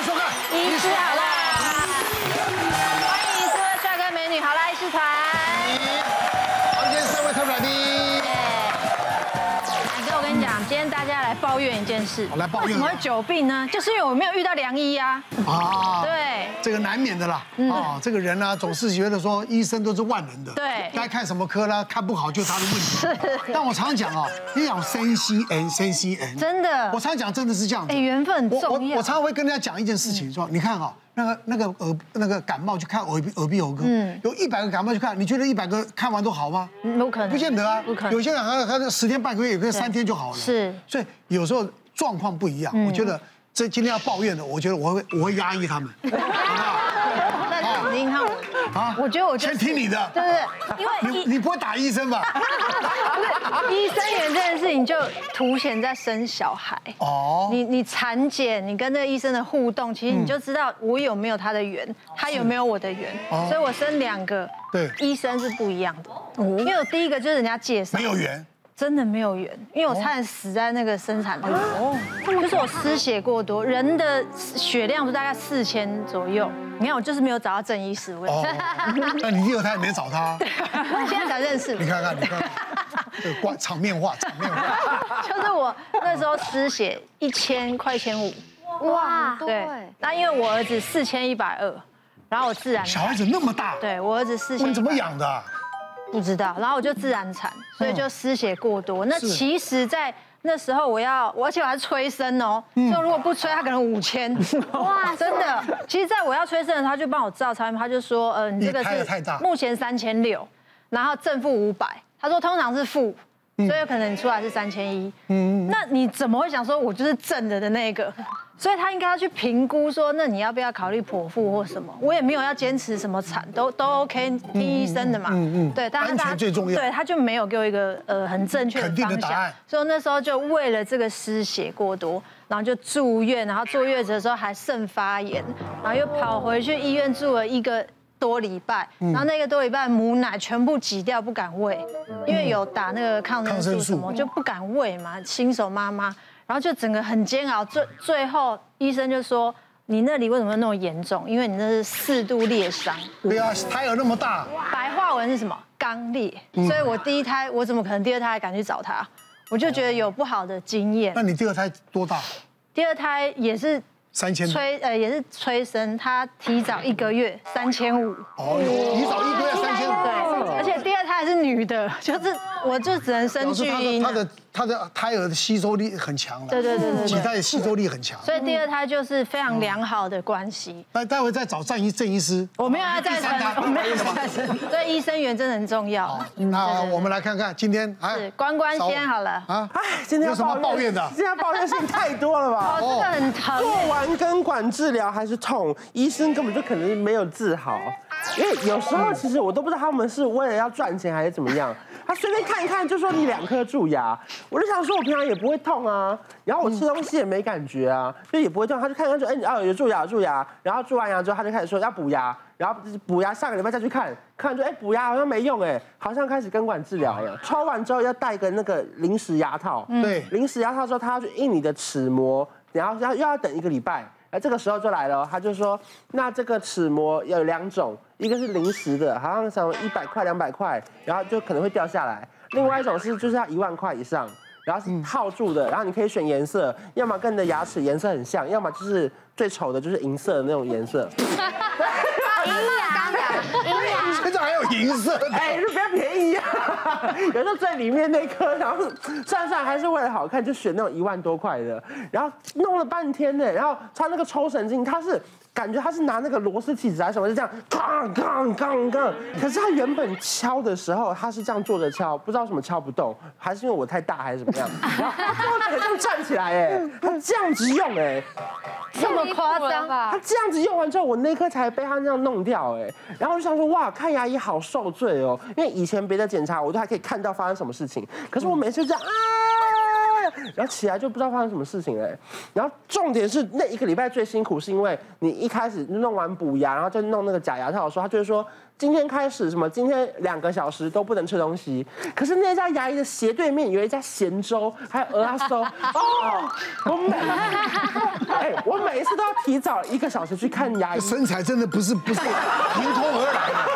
医师好啦！欢迎所有帅哥美女好啦医师团。好，今天三位特别来宾，哎哥，我跟你讲，今天大家来抱怨一件事。好来抱怨为什么会久病呢？就是因为我没有遇到良医啊。啊，对嗯这个难免的啦，啊，这个人呢、总是觉得说医生都是万能的，对该看什么科啦，看不好就是他的问题。但我常讲哦，你讲深吸人，深吸人，真的我常讲真的是这样子，哎缘分很我我重要嗯我常常会跟人家讲一件事情，说你看哈、啊那个那个耳那个感冒去看耳鼻耳鼻喉科，有一百个感冒去看，你觉得一百个看完都好吗？嗯不可能不见得啊不可，能有些人还还还十天半个月，有个三天就好了。是嗯所以有时候状况不一样，我觉得这今天要抱怨的，我觉得我会我会压抑 他们。那你看我，啊我觉得我就先是听你的，对不对？因为 你医你不会打医生 吧？不是医生缘这件事情，就凸显在生小孩。哦，嗯你你产检，你跟这个医生的互动，其实你就知道我有没有他的缘，他有没有我的缘。哦所以我生两个，对哦医生是不一样的。因为我第一个就是人家介绍没，有哦缘，真的没有缘，因为我差点死在那个生产队，哦就是我失血过多，人的血量不是大概四千左右。你看我就是没有找到正医师，我也 哦是，那你有他也没找他，现在才 认识。你看看你看 看，这个挂场面话场面话。就是我那时候失血一千块钱五，哇，对，那因为我儿子四千一百二，然后我自然小孩子那么大，对我儿子四千，你怎么养的啊？不知道，然后我就自然产，所以就失血过多。那是其实，在那时候我要，我而且我还是催生哦，嗯就如果不催，他可能五千。哇，真的。其实，在我要催生的时候，他就帮我照超音波，他就说，呃，你这个你开得是太大目前三千六，然后正负五百，他说通常是负。嗯所以有可能你出来是三千一，嗯，那你怎么会想说我就是正的的那个？ 所以他应该要去评估说，那你要不要考虑剖腹或什么？我也没有要坚持什么产，都都 OK，听嗯医生的嘛，嗯嗯，对，但是安全他最重要对，他就没有给我一个呃很正确的肯定的方向答案所以我那时候就为了这个失血过多，然后就住院，然后坐月子的时候还肾发炎，然后又跑回去医院住了一个多礼拜，然后那个多礼拜母奶全部挤掉，不敢喂，因为有打那个抗生抗生素素什么，就不敢喂嘛，新手妈妈，然后就整个很煎熬，最最后医生就说。你那里为什么那么严重？因为你那是四度裂伤，对啊，胎儿那么大，白话文是什么？刚烈。嗯所以我第一胎，我怎么可能第二胎还敢去找他？我就觉得有不好的经验那。你第二胎多大？第二胎也是三千。催，呃，也是催生，他提早一个月，三千五。哦，你找一个月三千对，而且第二胎还是女的，就是我就只能生哦表示巨他婴的啊他。的他的胎儿的吸收力很强了。对对对对几对胎的吸收力很强。所以第二胎就是非常良好的关系。那待会再找战医郑医师。我没有要再哦第三胎生，我没有要再生，所以医生缘真的很重要好。，那哦哦对对对我们来看看今天啊是关关先好了啊哎，今天有要什么抱怨的今天要抱怨事情太多了吧？ 哦，这个很疼耶。做完根管治疗还是痛，医生根本就可能没有治好。因为有时嗯候其实我都不知道他们是为了要赚钱还是怎么样，他随便看一看就说你两颗蛀牙，我就想说我平常也不会痛啊，然后我吃东西也没感觉啊，就也不会痛，他就看一看就哎你哦有蛀牙有蛀牙，然后蛀完牙之后他就开始说要补牙，然后补牙下个礼拜再去看，看完就哎补牙好像没用哎，好像开始根管治疗了，抽完之后要戴一个那个临时牙套，对临时牙套之后，他要去印你的齿模，然后要又要等一个礼拜。哎，这个时候就来了哦，他就说，那这个齿模有两种，一个是临时的，好像什么一百块、两百块，然后就可能会掉下来；另外一种是就是要一万块以上，然后是套住的，然后你可以选颜色，要么跟你的牙齿颜色很像，要么就是最丑的就是银色的那种颜色。嗯现在还有银色的，哎，就比较便宜啊。有时候最里面那颗，然后算算还是为了好看，就选那种一万多块的，然后弄了半天呢，然后他那个抽神经，他是。感觉他是拿那个螺丝起子还是什么，就这样，杠杠杠杠。可是他原本敲的时候，他是这样坐着敲，不知道为什么敲不动，还是因为我太大还是怎么样。然后他最后整个这样站起来，哎，他这样子用，哎，这么夸张吧？他这样子用完之后，我那颗才被他那样弄掉哎，然后我就想说哇，看牙医好受罪哦，因为以前别的检查我都还可以看到发生什么事情，可是我每次这样啊，然后起来就不知道发生什么事情嘞。然后重点是那一个礼拜最辛苦，是因为你一开始弄完补牙，然后再弄那个假牙套的时候，他就会说今天开始什么，今天两个小时都不能吃东西。可是那家牙医的斜对面有一家咸粥，还有鹅阿粥。哦，我每哎，我每一次都要提早一个小时去看牙医。身材真的不是不是凭空而来的。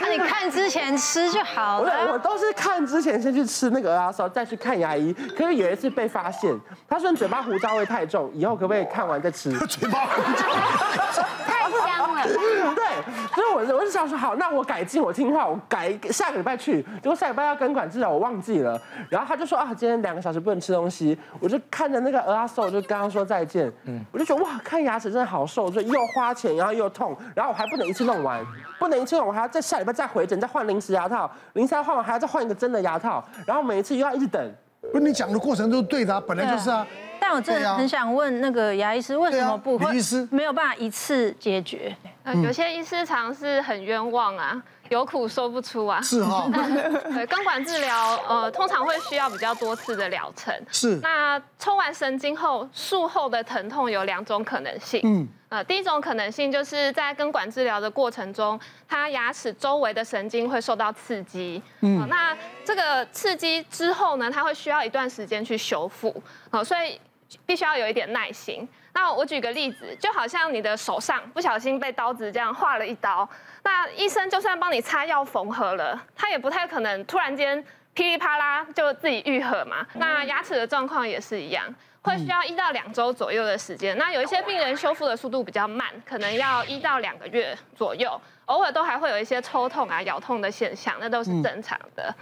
那你看之前吃就好我了我。都是看之前先去吃那个阿烧，再去看牙医。可是有一次被发现，他说你嘴巴胡椒味太重，以后可不可以看完再吃？嘴巴很重太香啊了。 对，所以我就我就想说，好，那我改进，我听话，我改下个礼拜去。结果下礼拜要根管治疗，我忘记了。然后他就说啊，今天两个小时不能吃东西。我就看着那个鹅阿寿，就跟他说再见。嗯，我就觉得哇，看牙齿真的好受，就又花钱，然后又痛，然后我还不能一次弄完，不能一次弄完，我还要在下礼拜再回诊，再换临时牙套，临时牙套换完还要再换一个真的牙套，然后每一次又要一直等。 不是你讲的过程都对的、啊，本来就是啊。但我真对的啊很想问那个牙医师，为什么不对啊会李医师没有办法一次 解决？呃有些医师常是很冤枉啊，有苦说不出啊。 是哈、嗯对，根管治疗呃通常会需要比较多次的疗程。嗯是那抽完神经后，术后的疼痛有两种可能性。嗯嗯。呃，第一种可能性就是在根管治疗的过程中，它牙齿周围的神经会受到刺激。嗯、那这个刺激之后呢，它会需要一段时间去修复。好、所以必须要有一点耐心。那我举个例子，就好像你的手上不小心被刀子这样划了一刀，那医生就算帮你擦药缝合了，他也不太可能突然间噼里啪啦就自己愈合嘛。那牙齿的状况也是一样。会需要一到两周左右的时间，那有一些病人修复的速度比较慢，可能要一到两个月左右，偶尔都还会有一些抽痛啊、咬痛的现象，那都是正常的。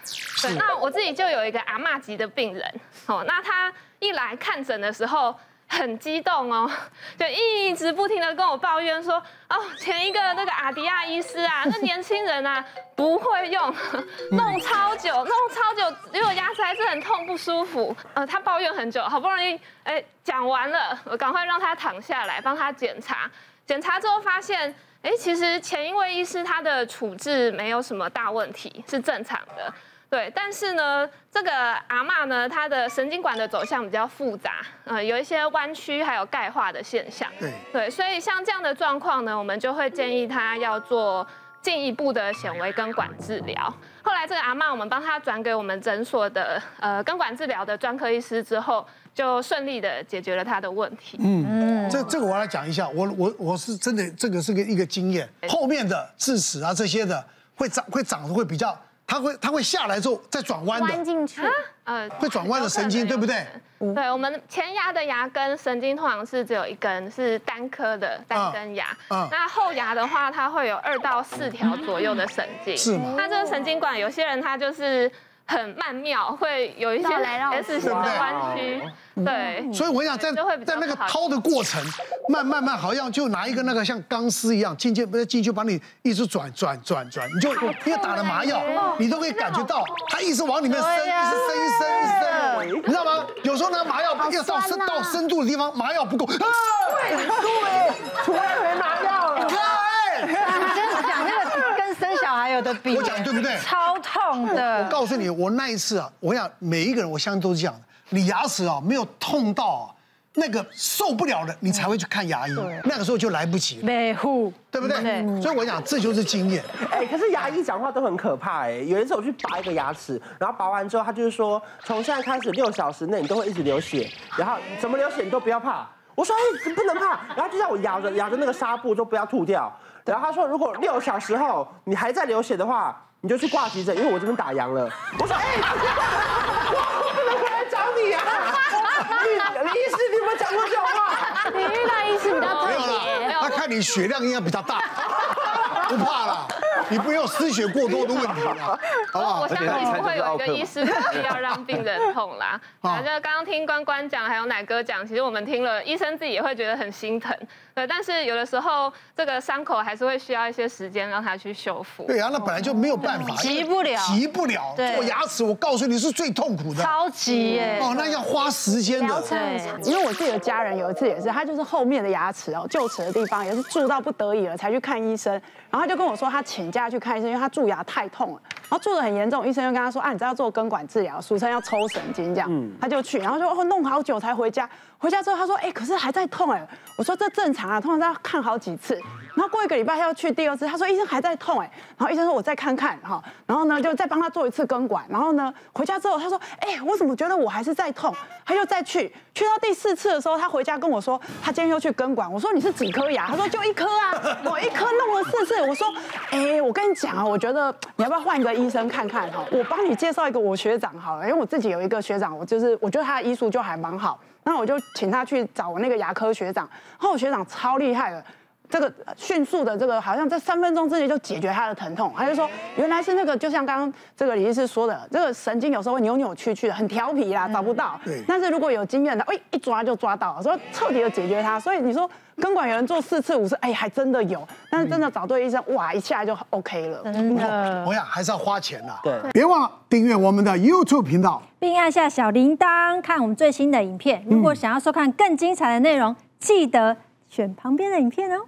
对，那我自己就有一个阿嬷级的病人，哦，那他一来看诊的时候很激动哦，就一直不停的跟我抱怨说，哦，前一个那个阿迪亚医师啊，那年轻人啊不会用，弄超久，弄超久，结果牙齿还是很痛不舒服。呃，他抱怨很久，好不容易哎讲完了，我赶快让他躺下来，帮他检查，检查之后发现。哎，其实前一位医师他的处置没有什么大问题，是正常的。对，但是呢，这个阿嬷呢，她的神经管的走向比较复杂，呃，有一些弯曲还有钙化的现象。对所以像这样的状况呢，我们就会建议她要做进一步的显微根管治疗。后来这个阿嬷，我们帮她转给我们诊所的呃根管治疗的专科医师之后，就顺利的解决了她的问题。这这个我来讲一下，我我我是真的，这个是个一个经验。后面的智齿啊这些的会长会长得会比较，它会它会下来之后再转弯弯的，进啊去，呃，会转弯的神经，有可对能不对？嗯对，我们前牙的牙根神经通常是只有一根，是单颗的单根牙。嗯嗯那后牙的话，它会有二到四条左右的神经。是吗？那这个神经管，有些人他就是很曼妙，会有一些绕来绕去 S 型的弯曲。嗯对，所以我想在就会比较在那个不好掏的过程，慢慢慢好像就拿一个那个像钢丝一样进去，不是进去把你一直转转转转，你就啊因为打了麻药，你都可以感觉到它一直往里面伸，对呀一直伸一伸一伸，你知道吗？有时候那个麻药要到好深酸啊到深度的地方，麻药不够啊，突然没麻药了。哎你真的讲那个跟生小孩有的比，我讲对不对？超痛的。告诉你，我那一次啊，我想每一个人，我相信都是这样的。你牙齿啊没有痛到、啊、那个受不了的，你才会去看牙医，那个时候就来不及了，美护，对不对？嗯所以我讲这就是经验。哎、可是牙医讲话都很可怕哎、有一次我去拔一个牙齿，然后拔完之后，他就是说，从现在开始六小时内你都会一直流血，然后怎么流血你都不要怕。我说哎、不能怕，然后就让我咬着咬着那个纱布，就不要吐掉。然后他说，如果六小时后你还在流血的话，你就去挂急诊，因为我这边打烊了。我说哎、我不能回来找你呀、啊，李李医师，你有没有讲过这种话？你遇到医师比较特没有嗯别。啦，他看你血量应该比较大， 不怕啦，你不用失血过多的问题 啦，好不好我？相信不会有一个医师故意要让病人痛啦。哦反正刚刚听关关讲，还有奶哥讲，其实我们听了，医生自己也会觉得很心疼。对，但是有的时候这个伤口还是会需要一些时间让它去修复。对啊，那本来就没有办法，嗯急不了急不了。对做牙齿，我告诉你是最痛苦的，超级耶。哦，那要花时间的疗。程很长，因为我自己的家人有一次也是，他就是后面的牙齿哦，臼齿的地方也是蛀到不得已了才去看医生，然后他就跟我说他请假去看医生，因为他蛀牙太痛了。然后蛀得很严重，医生就跟他说啊，你这要做根管治疗，俗称要抽神经这样，他就去，然后就哦弄好久才回家，回家之后他说哎、可是还在痛哎，我说这正常啊，通常都要看好几次，然后过一个礼拜他要去第二次，他说医生还在痛哎，然后医生说我再看看哈，然后呢就再帮他做一次根管，然后呢回家之后他说哎、我怎么觉得我还是在痛，他就再去，去到第四次的时候他回家跟我说他今天又去根管，我说你是几颗牙？他说就一颗啊，我一颗弄了四次，我说哎、我跟你讲啊，我觉得你要不要换一个医生看看哈，我帮你介绍一个我学长好了，因为我自己有一个学长，我就是我觉得他的医术就还蛮好。那我就请他去找我那个牙科学长，然后我学长超厉害的，这个呃迅速的这个好像在三分钟之内就解决他的疼痛，他就说原来是那个，就像刚刚这个李医师说的，这个神经有时候会扭扭曲曲的，很调皮啦，找不到对。但是如果有经验的，哎，一抓就抓到，所以彻底的解决它。所以你说根管有人做四次五次，哎，还真的有，但是真的找对医生，哇，一下就 OK 了。真的，同样还是要花钱呐。对，别忘了订阅我们的 YouTube 频道。并按下小铃铛看我们最新的影片。如果想要收看更精彩的内容，记得选旁边的影片哦。